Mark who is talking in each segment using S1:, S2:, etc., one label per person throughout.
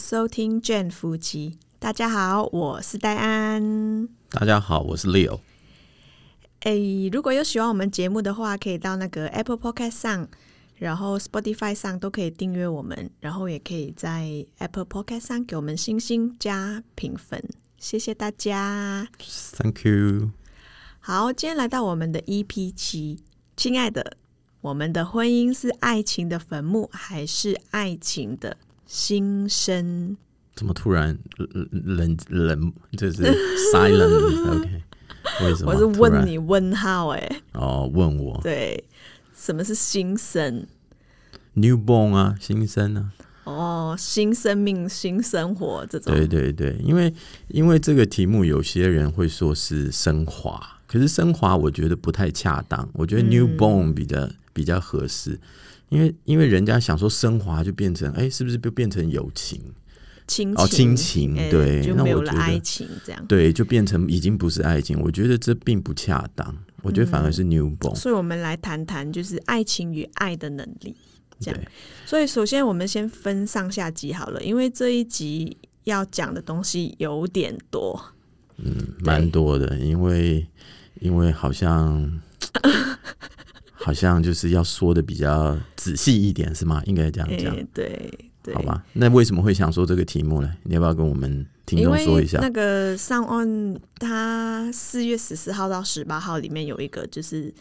S1: 收听《卷夫妻》。大家好，我是戴安。
S2: 大家好，我是 Leo。
S1: 诶，如果有喜欢我们节目的话，可以到那个 Apple Podcast 上，然后 Spotify 上都可以订阅我们，然后也可以在 Apple Podcast 上给我们星星加评分，谢谢大家。
S2: Thank you。
S1: 好，今天来到我们的 EP 七，亲爱的，我们的婚姻是爱情的坟墓，还是爱情的新生？
S2: 怎么突然冷冷冷，就是 silent？OK？为什么？
S1: 我是
S2: 突然
S1: 问你问号哎、
S2: 哦，问我
S1: 对，什么是新生？
S2: newborn 啊，新生啊，
S1: 哦，新生命、新生活这种，
S2: 对对对，因为因为这个题目，有些人会说是升华，可是升华我觉得不太恰当，我
S1: 嗯
S2: 觉得 newborn 比较、比较合适，因为因为人家想说升华就变成哎、是不是就变成友情？
S1: 亲情、
S2: 哦，亲情，
S1: 哎
S2: 对，
S1: 就
S2: 那
S1: 没有
S2: 我
S1: 了
S2: 觉
S1: 爱
S2: 得。
S1: 情这样。
S2: 对，就变成已经不是爱情，我觉得这并不恰当，我觉得反而嗯是 newborn、
S1: 所以，我们来谈谈就是爱情与爱的能力。这样
S2: 对，
S1: 所以，首先我们先分上下集好了，因为这一集要讲的东西有点多。
S2: 嗯蛮多的，因为因为好 像好像就是要说的比较仔细一点，是吗？应该这样
S1: 哎、
S2: 讲，
S1: 对对，
S2: 好吧？那为什么会想说这个题目呢？你要不要跟我们听
S1: 因
S2: 众
S1: 为
S2: 说一下？
S1: 那个上岸，他四月十四号到十八号里面有一个就是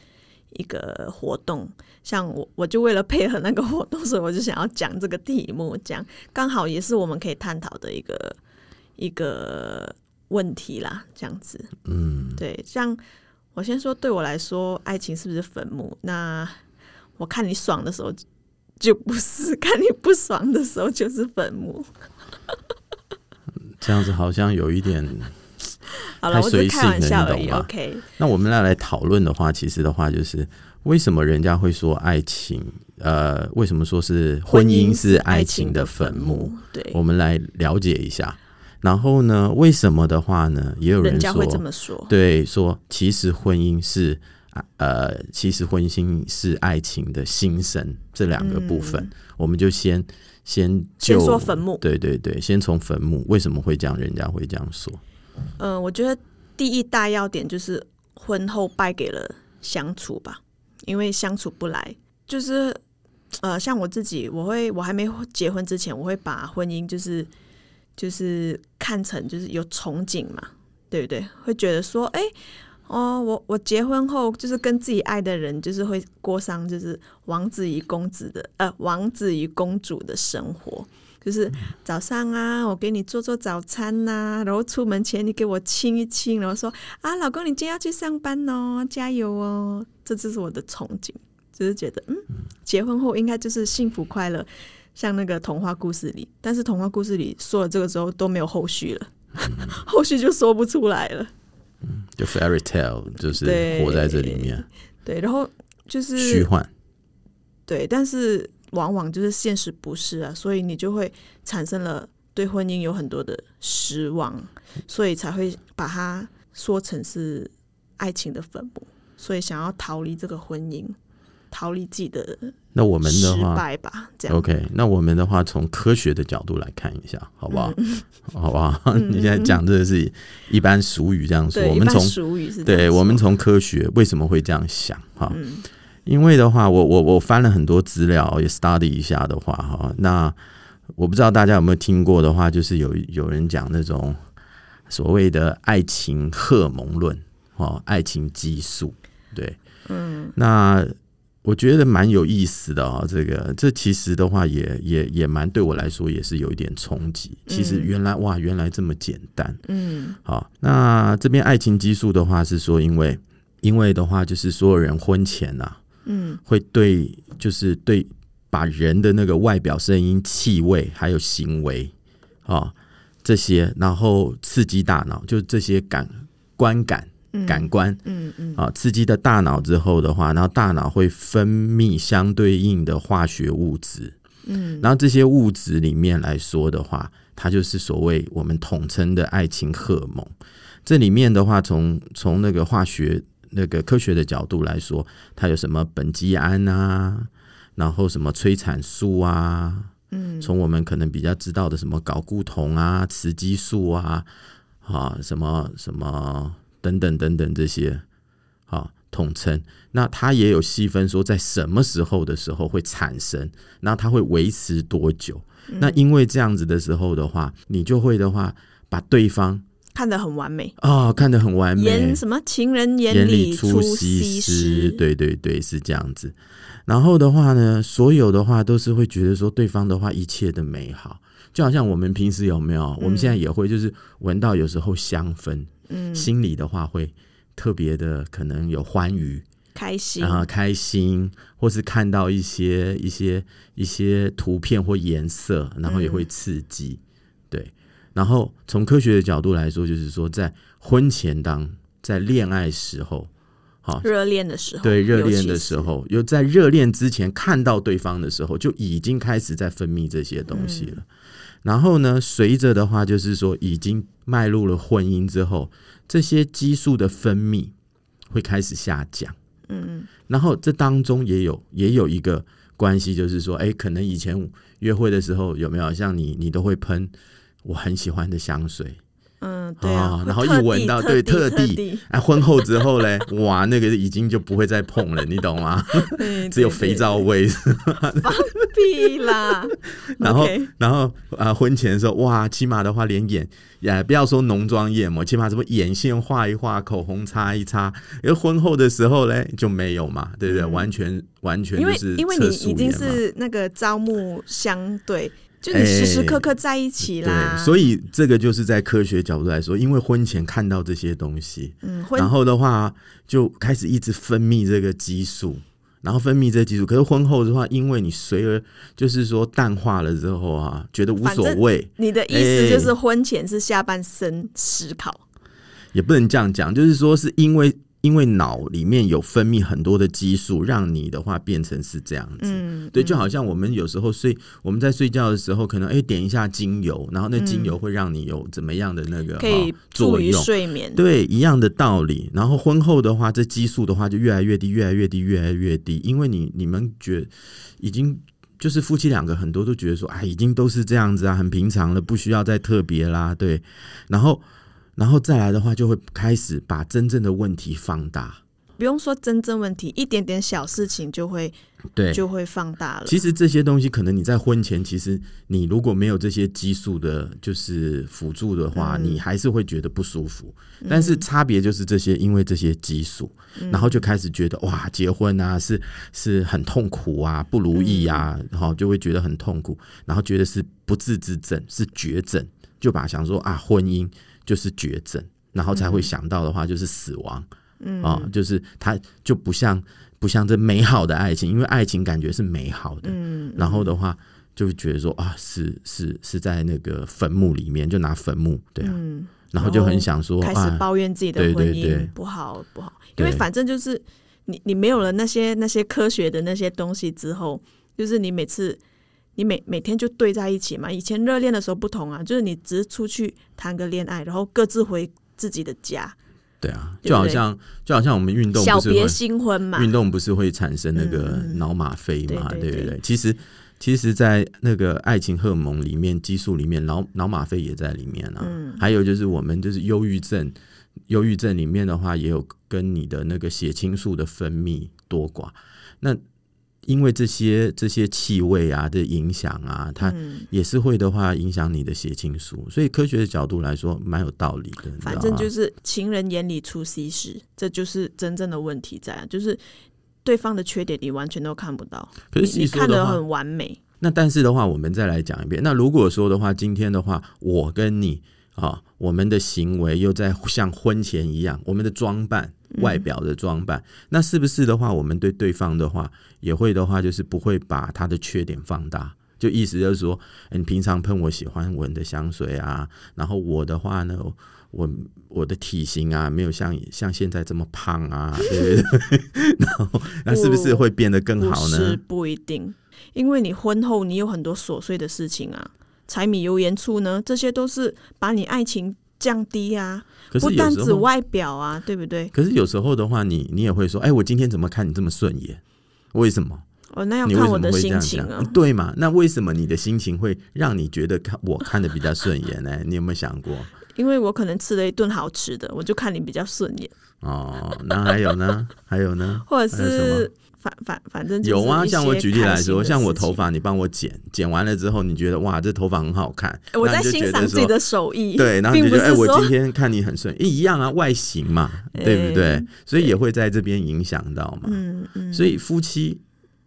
S1: 一个活动，像我我就为了配合那个活动，所以我就想要讲这个题目，这样刚好也是我们可以探讨的一个一个问题啦，这样子。
S2: 嗯，
S1: 对，像我先说，对我来说，爱情是不是坟墓？那我看你爽的时候就不是， 看你不爽的时候就是坟墓。
S2: 这样子好像有一点。
S1: 好了，
S2: 太
S1: 我只
S2: 随
S1: 是开玩
S2: 性了
S1: 笑
S2: 你
S1: 而
S2: 懂
S1: 已。
S2: 吧
S1: OK，
S2: 那我们来来讨论的话，其实的话就是为什么人家会说爱情，呃，为什么说是婚姻是爱情的坟墓？，
S1: 对，
S2: 我们来了解一下。然后呢，为什么的话呢，也有
S1: 人家
S2: 说，
S1: 会这么说，
S2: 对，说其实婚姻是呃，其实婚姻是爱情的新生这两个部分，我们就先先
S1: 嗯先
S2: 就
S1: 说坟墓
S2: 对对对，先从坟墓为什么会这样，人家会这样说，
S1: 嗯、我觉得第一大要点就是婚后败给了相处吧，因为相处不来，就是呃，像我自己，我会我还没结婚之前，我会把婚姻就是就是看成就是有憧憬嘛，对不对？会觉得说，哎、哦，我我结婚后就是跟自己爱的人，就是会过上就是王子与公子的呃王子与公主的生活，就是早上啊，我给你做做早餐呐、然后出门前你给我亲一亲，然后说啊，老公你今天要去上班哦，加油哦，这就是我的憧憬，就是觉得嗯，结婚后应该就是幸福快乐，像那个童话故事里，但是童话故事里说了这个之后都没有后续了， 后续就说不出来了。
S2: 就 fairy tale 就是
S1: 对
S2: 活在这里面，
S1: 对，然后就是
S2: 虚幻。
S1: 对，但是往往就是现实不是啊，所以你就会产生了对婚姻有很多的失望，所以才会把它说成是爱情的坟墓，所以想要逃离这个婚姻，逃离自己的
S2: 那我们的
S1: 失
S2: 话，
S1: 败吧，这样。
S2: OK，那我们的话从科学的角度来看一下，好不好？
S1: 嗯
S2: 好不好？你现在讲这个是一般俗语这样说，
S1: 对，
S2: 我
S1: 一
S2: 们
S1: 般
S2: 从
S1: 俗语是这样
S2: 对我们
S1: 说
S2: 从科学为什么会这样想哈？
S1: 嗯
S2: 因为的话，我我我翻了很多资料，也 study 一下的话哈，那我不知道大家有没有听过的话，就是有有人讲那种所谓的爱情荷尔蒙论哦，爱情激素，对，嗯，那我觉得蛮有意思的哦，这个这其实的话也也也蛮对我来说也是有一点冲击，其实原来、哇，原来这么简单，
S1: 嗯
S2: 好，那这边爱情激素的话是说，因为因为的话就是所有人婚前呐、
S1: 嗯
S2: 会对就是对把人的那个外表、声音、气味还有行为啊、这些，然后刺激大脑，就是这些感观感
S1: 嗯
S2: 感官
S1: 嗯嗯
S2: 啊、刺激的大脑之后的话，然后大脑会分泌相对应的化学物质，
S1: 嗯
S2: 然后这些物质里面来说的话，它就是所谓我们统称的爱情荷尔蒙。这里面的话，从从那个化学那个科学的角度来说，它有什么苯基胺啊，然后什么催产素啊，
S1: 嗯，
S2: 从我们可能比较知道的什么睾固酮啊、雌激素啊、啊什么什么等等等等这些啊统称。那它也有细分说在什么时候的时候会产生，那它会维持多久？那因为这样子的时候的话，你就会的话把对方
S1: 看得很完美，
S2: 啊、看得很完美，
S1: 眼什么情人
S2: 眼
S1: 里
S2: 里出
S1: 西
S2: 西施，，对对对，是这样子。然后的话呢，所有的话都是会觉得说对方的话一切的美好，就好像我们平时有没有，我们现在也会就是闻到有时候香氛，
S1: 嗯，
S2: 心里的话会特别的可能有欢愉，
S1: 开心，
S2: 然后开心，或是看到一些一些一些图片或颜色，然后也
S1: 嗯
S2: 会刺激，对。然后从科学的角度来说，就是说在婚前当在恋爱时候，好、
S1: 热恋的时候，
S2: 对热
S1: 尤
S2: 恋
S1: 其
S2: 的
S1: 是
S2: 时，候，又在热恋之前看到对方的时候，就已经开始在分泌这些东西了。
S1: 嗯
S2: 然后呢，随着的话就是说，已经迈入了婚姻之后，这些激素的分泌会开始下降。
S1: 嗯
S2: 然后这当中也有也有一个关系，就是说，哎，可能以前约会的时候有没有像你，你都会喷我很喜欢的香水，
S1: 嗯，对啊
S2: 哦，
S1: 会
S2: 然后一
S1: 特地
S2: 闻到
S1: 特
S2: 对
S1: 地
S2: 特
S1: 特
S2: 地
S1: 地，
S2: 哎，婚后之后嘞， 哇，那个已经就不会再碰了，你懂吗？
S1: 对
S2: 只有
S1: 对
S2: 肥
S1: 对
S2: 皂味。，
S1: 屁啦
S2: 然后
S1: OK，
S2: 然后啊、呃婚前的时候，哇，起码的话，连眼也不要说浓妆艳抹，起码什么眼线画一画，口红擦一擦。而婚后的时候嘞，就没有嘛，对不对？完全完全
S1: 嗯因
S2: 就
S1: 为
S2: 是
S1: 因为你
S2: 测素
S1: 已经
S2: 颜嘛哎
S1: 是那个招募相对，就你时时刻刻在一起啦，
S2: 对，所以这个就是在科学角度来说，因为婚前看到这些东西，
S1: 嗯，婚
S2: 然后的话就开始一直分泌这个激素，然后分泌这个激素。可是婚后的话，因为你随而就是说淡化了之后啊，觉得无所谓，
S1: 你的意思就
S2: 哎
S1: 是婚前是下半身思考，
S2: 也不能这样讲，就是说是因为因为脑里面有分泌很多的激素，让你的话变成是这样子。
S1: 嗯，
S2: 对，就好像我们有时候睡，我们在睡觉的时候，可能哎、点一下精油，然后那精油会让你有怎么样的那个、
S1: 嗯可以
S2: 哦
S1: 助
S2: 作
S1: 于
S2: 用，
S1: 睡眠，
S2: 对，一样的道理。然后婚后的话，这激素的话就越来越低，越来越低，越来越低，因为你你们觉已经就是夫妻两个很多都觉得说，哎，已经都是这样子啊，很平常了，不需要再特别啦，对。然后然后再来的话，就会开始把真正的问题放大，
S1: 不用说真正问题，一点点小事情就会
S2: 对
S1: 就会放大了。
S2: 其实这些东西，可能你在婚前，其实你如果没有这些激素的，就是辅助的话，你还是会觉得不舒服。但是差别就是这些，因为这些激素，然后就开始觉得哇，结婚啊是是很痛苦啊，不如意啊，然后就会觉得很痛苦，然后觉得是不治之症，是绝症，就把想说啊，婚姻就是绝症，然后才会想到的话就是死亡。
S1: 嗯
S2: 啊、就是它就不像不像这美好的爱情，因为爱情感觉是美好的，
S1: 嗯，
S2: 然后的话就会觉得说啊，是是是在那个坟墓里面，就拿坟墓对啊，
S1: 嗯，
S2: 然后就很想说
S1: 开始
S2: 啊，
S1: 抱怨自己的
S2: 对
S1: 婚
S2: 对对
S1: 姻不好不好，因为
S2: 对
S1: 反正就是你你没有了那些那些科学的那些东西之后，就是你每次你每每天就对在一起嘛。以前热恋的时候不同啊，就是你只是出去谈个恋爱，然后各自回自己的家，
S2: 对啊，
S1: 对
S2: 就
S1: 不
S2: 好
S1: 对
S2: 像就好像我们运动
S1: 小
S2: 不是
S1: 别
S2: 会
S1: 新婚嘛。
S2: 运动不是会产生那个
S1: 嗯嗯
S2: 脑吗啡嘛，
S1: 对对
S2: 对不
S1: 对
S2: 对？其实。其实，在那个爱情荷尔蒙里面，激素里面，脑脑吗啡也在里面啊。
S1: 嗯
S2: 还有就是我们就是忧郁症，忧郁症里面的话，也有跟你的那个血清素的分泌多寡。那因为这些这些气味啊的影响啊，它
S1: 嗯，
S2: 也是会的话影响你的血清素。所以科学的角度来说，蛮有道理的。你知
S1: 反
S2: 道
S1: 正
S2: 吗
S1: 就是情人眼里出西施，这就是真正的问题在啊，就是对方的缺点你完全都看不 到，
S2: 可是
S1: 你
S2: 细
S1: 你
S2: 说
S1: 看
S2: 的
S1: 得
S2: 话，
S1: 很完美。
S2: 那但是的话，我们再来讲一遍。那如果说的话，今天的话，我跟你啊，我们的行为又在像婚前一样，我们的装扮、外表的装扮，那是不是的话，我们对对方的话，也会的话，就是不会把他的缺点放大？就意思就是说，哎你平常喷我喜欢闻的香水啊，然后我的话呢，我我的体型啊，没有像像现在这么胖啊，对不对？ 然后那是不是会变得更
S1: 不
S2: 好
S1: 是
S2: 呢？
S1: 不一定，因为你婚后你有很多琐碎的事情啊，柴米油盐醋呢，这些都是把你爱情降低啊，
S2: 可
S1: 不
S2: 是有
S1: 单
S2: 时
S1: 指
S2: 候。
S1: 外表啊，对不对？
S2: 可是有时候的话你，你也会说，哎，我今天怎么看你这么顺眼？为什么？
S1: 哦，那要
S2: 你为
S1: 看
S2: 什
S1: 我
S2: 么
S1: 的
S2: 会这
S1: 心
S2: 样
S1: 情
S2: 想？
S1: 啊
S2: 嗯。对嘛？那为什么你的心情会让你觉得看我看的比较顺眼呢？ 你有没有想过？
S1: 因为我可能吃了一顿好吃的，我就看你比较顺眼，
S2: 哦，那还有呢？还有呢？
S1: 或者
S2: 还有什
S1: 是反反反正 就是
S2: 有啊，
S1: 一
S2: 像我
S1: 些
S2: 举例
S1: 开
S2: 来
S1: 心
S2: 说，
S1: 的
S2: 像我
S1: 事
S2: 头
S1: 情，
S2: 发，你帮我剪，剪完了之后，你觉得哇，这头发很好看，
S1: 哎我
S2: 那
S1: 在
S2: 你就
S1: 欣
S2: 觉
S1: 赏
S2: 得
S1: 自己
S2: 说。
S1: 的手艺，
S2: 对，然后你
S1: 并
S2: 就
S1: 不
S2: 觉得，哎、
S1: 是
S2: 我
S1: 说
S2: 今天看你很顺，一样啊，外形嘛，对不对
S1: 哎？
S2: 所以也会在这边影响到嘛。
S1: 嗯嗯，
S2: 所以夫妻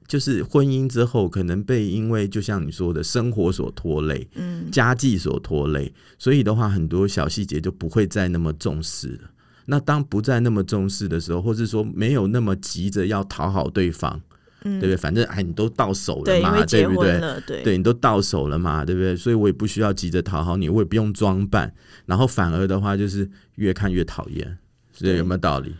S2: 就是婚姻之后，可能被因为就像你说的，生活所拖累，
S1: 嗯
S2: 家计所拖累，所以的话，很多小细节就不会再那么重视了。那当不再那么重视的时候，或是说没有那么急着要讨好对方，
S1: 嗯
S2: 对不对？反正哎，你都到手了
S1: 对，因
S2: 嘛，
S1: 为
S2: 对
S1: 结
S2: 不
S1: 婚
S2: 对？
S1: 了，对
S2: 对你都到手了嘛，对不对？所以我也不需要急着讨好你，我也不用装扮，然后反而的话就是越看越讨厌，所以有没有道理？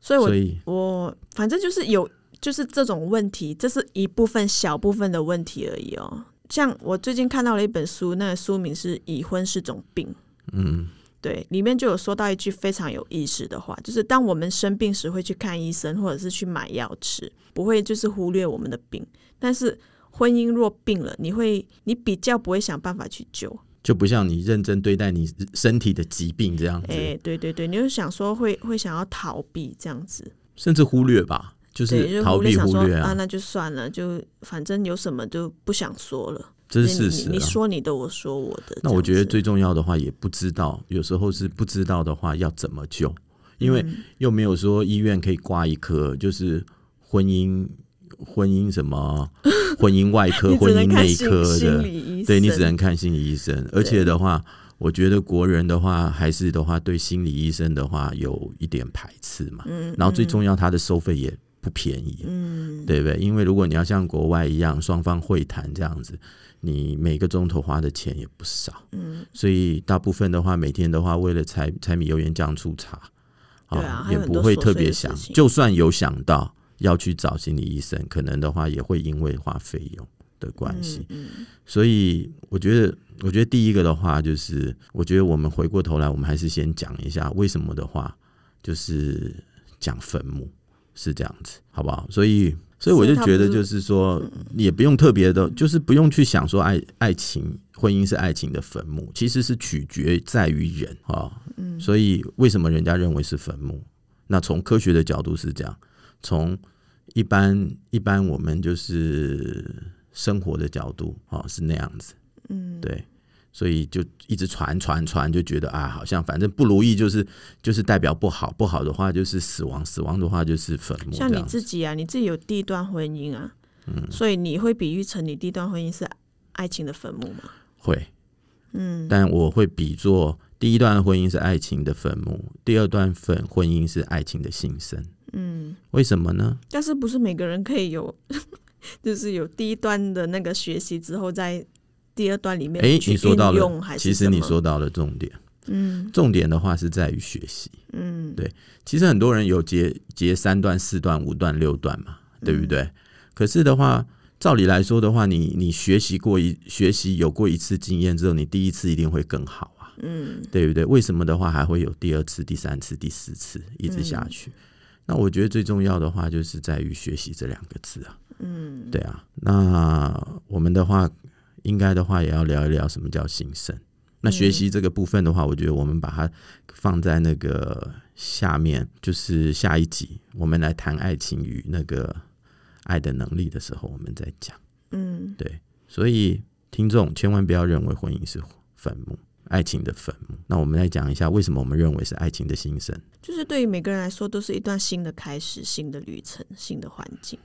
S1: 所以我
S2: 所以
S1: 我反正就是有，就是这种问题，这是一部分小部分的问题而已哦。像我最近看到了一本书，那个书名是《已婚是种病》，
S2: 嗯，
S1: 对，里面就有说到一句非常有意思的话，就是当我们生病时会去看医生，或者是去买药吃，不会就是忽略我们的病。但是婚姻若病了，你会你比较不会想办法去救，
S2: 就不像你认真对待你身体的疾病这样子，
S1: 哎，对对对，你就想说会会想要逃避这样子。
S2: 甚至忽略吧，就
S1: 对，就是
S2: 逃避
S1: 想
S2: 忽
S1: 说
S2: 略
S1: 啊
S2: 啊，
S1: 那就算了，就反正有什么就不想说了。
S2: 这是
S1: 就
S2: 事实
S1: 你你
S2: 啊。
S1: 说你的，我说我的。
S2: 那
S1: 这
S2: 我觉得
S1: 样子
S2: 最重要的话，也不知道，有时候是不知道的话要怎么救，因
S1: 嗯
S2: 为又没有说医院可以挂一科，就是婚姻婚姻 什么婚姻外科、
S1: 你
S2: 婚
S1: 只
S2: 姻
S1: 能看
S2: 内
S1: 心
S2: 科
S1: 心
S2: 的，
S1: 理医生，
S2: 对你只能看心理医生。而
S1: 对
S2: 且的话，我觉得国人的话还是的话对心理医生的话有一点排斥嘛，
S1: 嗯，
S2: 然后最重要，他的收费也不便宜，
S1: 嗯，
S2: 对不对？因为如果你要像国外一样双方会谈这样子，你每个钟头花的钱也不少，
S1: 嗯，
S2: 所以大部分的话，每天的话为了柴柴米油盐酱醋茶，
S1: 对啊还
S2: 也
S1: 有很
S2: 不
S1: 多
S2: 会
S1: 琐
S2: 特
S1: 碎
S2: 别
S1: 的事
S2: 想，
S1: 情
S2: 就算有想到要去找心理医生，可能的话也会因为花费用的关系，
S1: 嗯，嗯
S2: 所以我觉得，我觉得第一个的话，就是我觉得我们回过头来，我们还是先讲一下为什么的话，就是讲坟墓是这样子，好不好？所以，所以我就觉得，就是嗯说，也不用特别的，就是不用去想说爱爱情、婚姻是爱情的坟墓，其实是取决在于人啊、所以，为什么人家认为是坟墓？那从科学的角度是这样，从一般一般我们就是生活的角度啊、哦、是那样子，嗯，对，所以就一直传传传，就觉得啊，好像反正不如意就是就是代表不好，不好的话就是死亡，死亡的话就是坟墓
S1: 像
S2: 这
S1: 你
S2: 样子。
S1: 自己啊，你自己有第一段婚姻啊，嗯，所以你会比喻成你第一段婚姻是爱情的坟墓吗？
S2: 会，嗯，但我会比作第一段婚姻是爱情的坟墓，第二段婚婚姻是爱情的新生。嗯，为什么呢？
S1: 但是不是每个人可以有， 就是有第一段的那个学习之后，在第二段里面
S2: 诶，
S1: 去
S2: 你说到
S1: 运用
S2: 了，
S1: 还是
S2: 其实你
S1: 什么
S2: 说到了重点。嗯，重点的话是在于学习。嗯，对，其实很多人有结结三段、四段、五段、六段嘛，对不对？可是的话，照理来说的话，你你学习过一学习有过一次经验之后，你第一次一定会更好啊，嗯，对不对？为什么的话还会有第二次、第三次、第四次一直下去？那我觉得最重要的话就是在于学习这两个字啊，嗯，对啊。那我们的话，应该的话也要聊一聊什么叫新生。那学习这个部分的话，我觉得我们把它放在那个下面，就是下一集我们来谈爱情与那个爱的能力的时候，我们再讲。
S1: 嗯，
S2: 对，所以听众千万不要认为婚姻是坟墓，爱情的坟墓。那我们来讲一下为什么我们认为是爱情的新生。
S1: 就是对于每个人来说，都是一段新的开始、新的旅程、新的环境。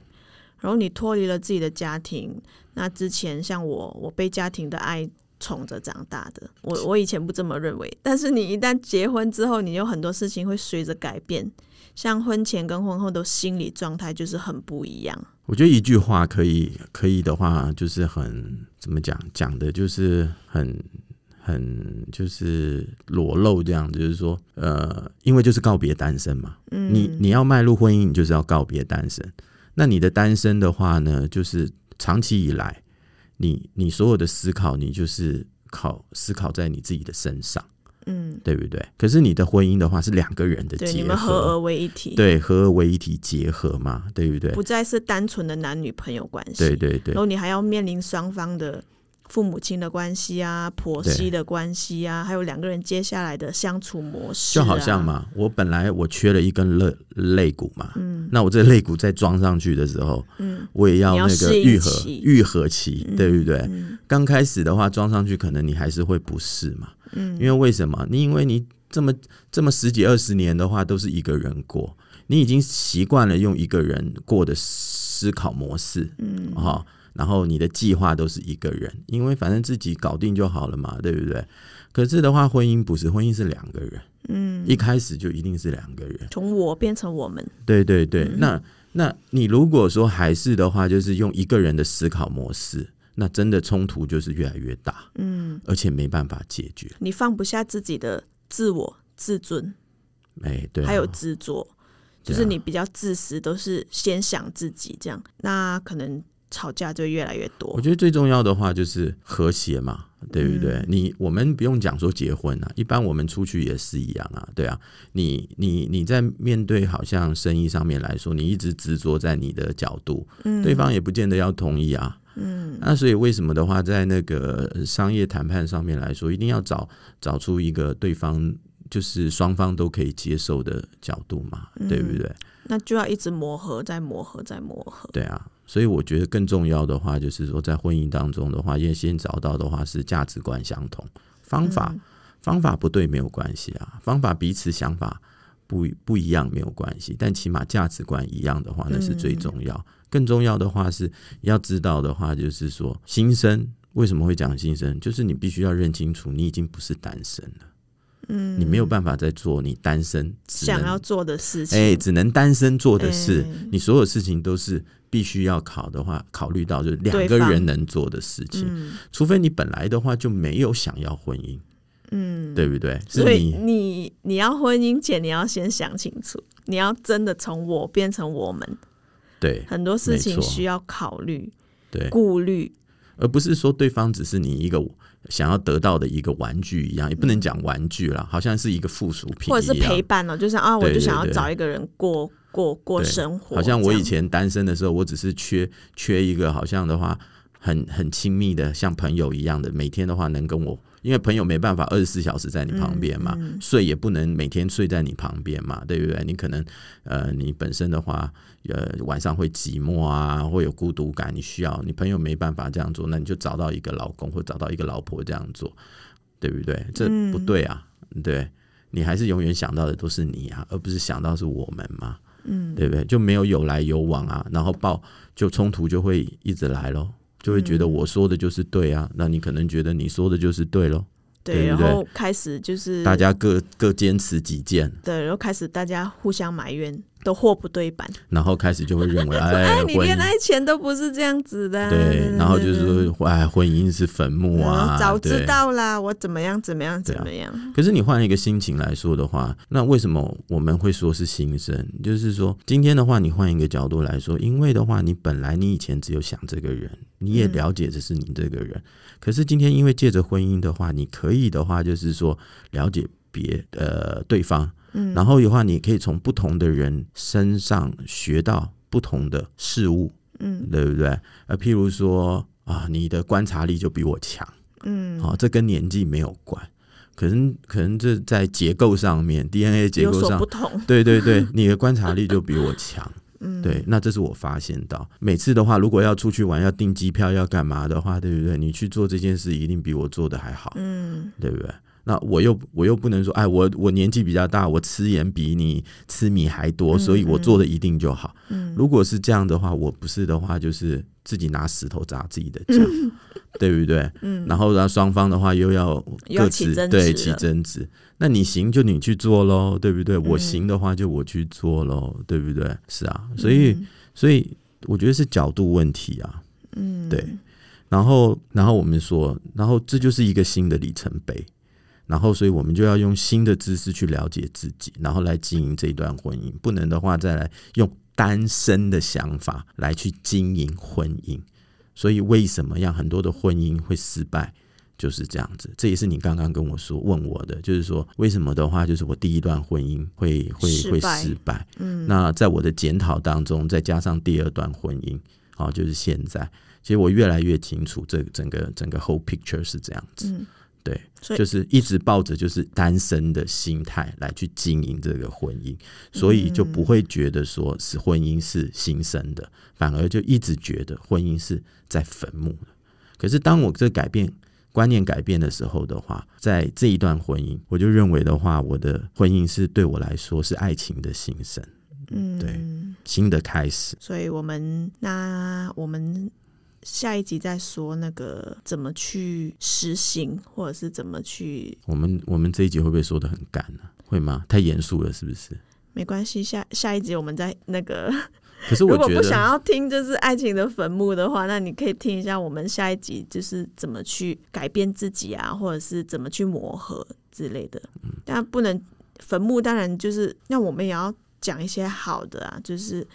S1: 然后你脱离了自己的家庭，那之前像我，我被家庭的爱宠着长大的，我我以前不这么认为。但是你一旦结婚之后，你有很多事情会随着改变，像婚前跟婚后的心理状态就是很不一样。
S2: 我觉得一句话可以，可以的话，就是很怎么讲，讲的就是很很就是裸露这样，就是说，呃，因为就是告别单身嘛，嗯，你你要迈入婚姻，你就是要告别单身。那你的单身的话呢，就是长期以来，你你所有的思考，你就是考思考在你自己的身上，
S1: 嗯，
S2: 对不对？可是你的婚姻的话是两个人的
S1: 对，
S2: 结
S1: 你们合
S2: 合，
S1: 而为一体，，
S2: 对，合而为一体结合嘛，对不对？
S1: 不再是单纯的男女朋友关系，
S2: 对对对
S1: 然后你还要面临双方的父母亲的关系啊、婆媳的关系啊，还有两个人接下来的相处模式、
S2: 就
S1: 啊，
S2: 好像，嘛，我本来我缺了一根肋肋骨嘛，那我这肋骨再装上去的时候，
S1: 嗯
S2: 我也要
S1: 你要
S2: 那个
S1: 适应
S2: 愈合
S1: 期
S2: 愈合期，对不对？
S1: 嗯
S2: 刚开始的话装上去，可能你还是会不适嘛，因
S1: 嗯，
S2: 为为什么？你因为你这么这么十几二十年的话，都是一个人过，你已经习惯了用一个人过的思考模式，嗯，哈、然后你的计划都是一个人，因为反正自己搞定就好了嘛，对不对？可是的话，婚姻不是，婚姻是两个人，嗯，一开始就一定是两个人，
S1: 从我变成我们，
S2: 对对对，
S1: 嗯
S2: 那那你如果说还是的话，就是用一个人的思考模式，那真的冲突就是越来越大，
S1: 嗯，
S2: 而且没办法解决。
S1: 你放不下自己的自我、自尊，
S2: 哎，对啊、
S1: 还有执着，就
S2: 对啊
S1: 是你比较自私，都是先想自己这样，那可能吵架就越来越多嗯
S2: 我。觉得最重要的话就是和谐嘛，对不对？你我们不用讲说结婚啊，一般我们出去也是一样啊，对啊。你你你在面对好像生意上面来说，你一直执着在你的角度，
S1: 嗯
S2: 对方也不见得要同意啊。嗯，那所以为什么的话，在那个呃商业谈判上面来说，一定要找找出一个对方就是双方都可以接受的角度嘛，
S1: 嗯
S2: 对不对？
S1: 那就要一直磨合，再磨合，再磨合。
S2: 对啊，所以我觉得更重要的话，就是说在婚姻当中的话，要先找到的话是价值观相同，方法、方法不对没有关系啊，方法彼此想法不不一样没有关系，但起码价值观一样的话，那是最重要。更重要的话是要知道的话，就是说新生为什么会讲新生，就是你必须要认清楚，你已经不是单身了。嗯，你没有办法再做你单身只
S1: 想
S2: 能
S1: 要做的事情，
S2: 哎、只能单身做的事，
S1: 哎
S2: 你所有事情都是必须要考的话，考虑到就是两
S1: 对
S2: 个
S1: 方
S2: 人能做的事情，
S1: 嗯
S2: 除非你本来的话就没有想要婚姻，
S1: 嗯，
S2: 对不对？是
S1: 所以
S2: 你
S1: 你你要婚姻前，你要先想清楚，你要真的从我变成我们，
S2: 对
S1: 很多事
S2: 没
S1: 情
S2: 错
S1: 需要考虑、
S2: 对，
S1: 顾虑。
S2: 而不是说对方只是你一个想要得到的一个玩具一样，也不能讲玩具啦，好像是一个附属品一样，
S1: 或者是陪伴了、就是啊，我
S2: 对
S1: 就想要
S2: 对对
S1: 找一个人过过过
S2: 对
S1: 生活，
S2: 好像我
S1: 这
S2: 以
S1: 样
S2: 前单身的时候，我只是缺缺一个好像的话很很亲密的，像朋友一样的，每天的话能跟我，因为朋友没办法二十四小时在你旁边
S1: 嗯
S2: 嘛，睡也不能每天睡在你旁边嘛，对不对？你可能呃，你本身的话，呃，晚上会寂寞啊，会有孤独感，你需要你朋友没办法这样做，那你就找到一个老公或找到一个老婆这样做，对不对？这不
S1: 嗯
S2: 对啊，对。你还是永远想到的都是你啊，而不是想到是我们嘛。
S1: 嗯
S2: 对不对？就没有有来有往啊，然后爆就冲突就会一直来咯，就会觉
S1: 嗯
S2: 得我说的就是对啊，那你可能觉得你说的就是对咯，
S1: 对，
S2: 对
S1: 然
S2: 不对
S1: 后开始就是
S2: 大家各各坚持己见，
S1: 对，然后开始大家互相埋怨，都货不对版。
S2: 然后开始就会认为哎
S1: 哎，你
S2: 婚
S1: 恋
S2: 姻
S1: 爱前都不是这样子的啊、
S2: 对，然后就是说哎婚姻是坟墓啊
S1: 嗯，早
S2: 对
S1: 知道啦，我怎么样怎么样
S2: 对啊
S1: 怎么样，
S2: 可是你换一个心情来说的话，那为什么我们会说是新生？就是说，今天的话，你换一个角度来说，因为的话，你本来你以前只有想这个人，你也了解这是你这个人。可是今天因为借着婚姻的话，你可以的话就是说了解别呃对方，嗯，然后的话，你可以从不同的人身上学到不同的事物，嗯，对不对？呃，譬如说啊，你的观察力就比我强。啊
S1: 嗯，
S2: 好、这跟年纪没有关，可能可能这在结构上面，DNA 结
S1: 有
S2: 构
S1: 所
S2: 上
S1: 不，同。
S2: 对对对，你的观察力就比我强。对，那这是我发现到，每次的话，如果要出去玩，要订机票，要干嘛的话，对不对？你去做这件事，一定比我做的还好，
S1: 嗯，
S2: 对不对？那我又我又不能说，哎，我我年纪比较大，我吃盐比你吃米还多，所以我做的一定就好。
S1: 嗯
S2: 如果是这样的话，我不是的话，就是自己拿石头砸自己的脚， 对不对？
S1: 嗯
S2: 然后呢，双方的话又要
S1: 又
S2: 各
S1: 要
S2: 自
S1: 起争执
S2: 对
S1: 了
S2: 起争执。那你行就你去做喽，对不对？
S1: 嗯
S2: 我行的话就我去做喽，对不对？是啊，所以、所以我觉得是角度问题啊，
S1: 嗯，
S2: 对。然后然后我们说，然后这就是一个新的里程碑。然后，所以我们就要用新的知识去了解自己，然后来经营这段婚姻。不能的话，再来用单身的想法来去经营婚姻。所以，为什么让很多的婚姻会失败？就是这样子，这也是你刚刚跟我说问我的，就是说为什么的话，就是我第一段婚姻会会
S1: 失
S2: 会
S1: 败
S2: 失败。
S1: 嗯，
S2: 那在我的检讨当中，再加上第二段婚姻，啊，就是现在，其实我越来越清楚这整个整个 whole picture 是这样子。
S1: 嗯，
S2: 对，
S1: 所以
S2: 就是一直抱着就是单身的心态来去经营这个婚姻，所以就不会觉得说是婚姻是新生的，反而就一直觉得婚姻是在坟墓的。可是当我这改变观念改变的时候的话，在这一段婚姻，我就认为的话，我的婚姻是对我来说是爱情的新生，
S1: 嗯，
S2: 对新的开始。
S1: 所以我们那我们下一集再说那个怎么去实行，或者是怎么去，
S2: 我们我们这一集会不会说的很干呢、会吗？太严肃了，是不是？
S1: 没关系，下下一集我们再那个。
S2: 可是我
S1: 如果
S2: 觉
S1: 不
S2: 得
S1: 想要听就是爱情的坟墓的话，那你可以听一下我们下一集就是怎么去改变自己啊，或者是怎么去磨合之类的。但不能坟墓，当然就是那我们也要讲一些好的啊，就是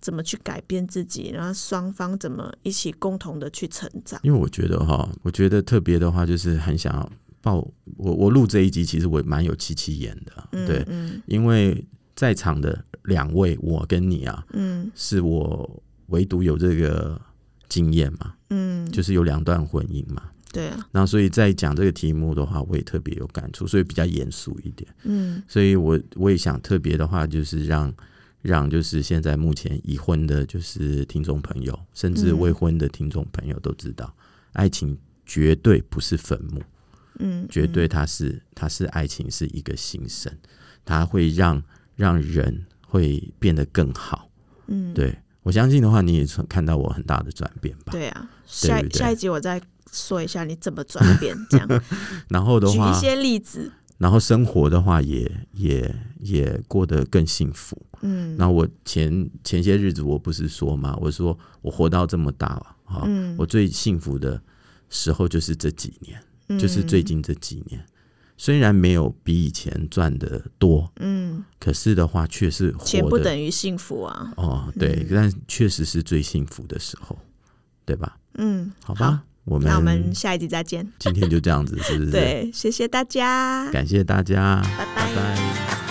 S1: 怎么去改变自己，然后双方怎么一起共同的去成长。
S2: 因为我觉得哈，我觉得特别的话，就是很想要报我我录这一集，其实我蛮有戚戚焉的，啊
S1: 嗯
S2: 对，
S1: 嗯
S2: 因为在场的两位，我跟你啊，
S1: 嗯
S2: 是我唯独有这个经验嘛，
S1: 嗯，
S2: 就是有两段婚姻嘛，
S1: 对啊，
S2: 那所以在讲这个题目的话，我也特别有感触，所以比较严肃一点，
S1: 嗯
S2: 所以我我也想特别的话，就是让。让就是现在目前已婚的，就是听众朋友，甚至
S1: 嗯
S2: 未婚的听众朋友都知道，爱情绝对不是坟墓，
S1: 嗯，
S2: 绝对
S1: 嗯
S2: 它是它是爱情是一个新生，它会让让人会变得更好。
S1: 嗯
S2: 对我相信的话，你也看到我很大的转变吧。
S1: 对啊。下
S2: 对对
S1: 下一集我再说一下你怎么转变，这样
S2: 然后 的
S1: 举一
S2: 话，
S1: 些例子。
S2: 然后生活的话也也也过得更幸福。
S1: 嗯
S2: 然后我前前些日子我不是说嘛，我说我活到这么大了，哈、
S1: 嗯
S2: 我最幸福的时候就是这几年，
S1: 嗯
S2: 就是最近这几年，虽然没有比以前赚的多，
S1: 嗯，
S2: 可是的话却是活得
S1: 钱不等于幸福啊。
S2: 哦，对，
S1: 嗯
S2: 但确实是最幸福的时候，对吧？
S1: 嗯，
S2: 好吧，我们
S1: 那我们下一集再见。
S2: 今天就这样子，是不是？，
S1: 对，谢谢大家，
S2: 感谢大家，
S1: 拜拜
S2: 拜拜